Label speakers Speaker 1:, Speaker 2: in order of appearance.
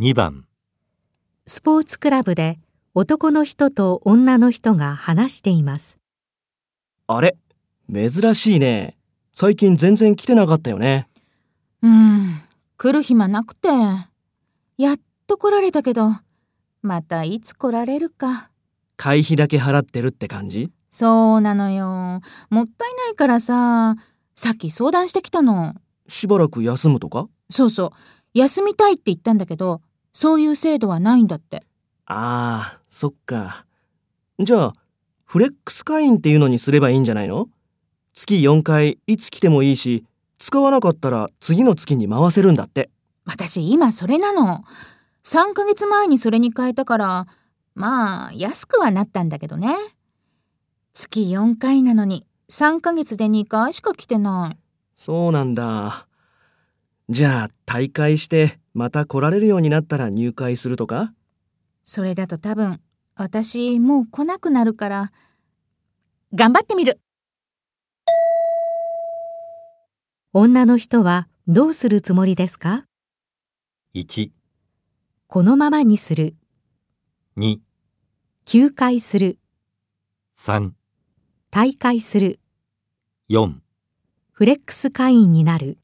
Speaker 1: 2番
Speaker 2: スポーツクラブで男の人と女の人が話しています。
Speaker 3: あれ珍しいね。最近全然来てなかったよね。
Speaker 4: うん、来る暇なくて。やっと来られたけど、またいつ来られるか。
Speaker 3: 会費だけ払ってるって感じ
Speaker 4: そうなのよ。もったいないからさ、さっき相談してきたの。
Speaker 3: しばらく休むとか
Speaker 4: そうそう、休みたいって言ったんだけど、そういう制度はないんだって。
Speaker 3: ああ、そっか。じゃあ、フレックス会員っていうのにすればいいんじゃないの月4回いつ来てもいいし、使わなかったら次の月に回せるんだって。
Speaker 4: 私今それなの。3ヶ月前にそれに変えたから、まあ安くはなったんだけどね。月4回なのに3ヶ月で2回しか来てない。
Speaker 3: そうなんだ。じゃあ、退会してまた来られるようになったら入会するとか
Speaker 4: それだと多分私もう来なくなるから頑張ってみる
Speaker 2: 女の人はどうするつもりですか
Speaker 1: 1、
Speaker 2: このままにする、
Speaker 1: 2、
Speaker 2: 休会する、
Speaker 1: 3、
Speaker 2: 退会する、
Speaker 1: 4
Speaker 2: フレックス会員になる。